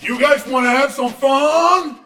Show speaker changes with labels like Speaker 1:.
Speaker 1: You guys want to have some fun?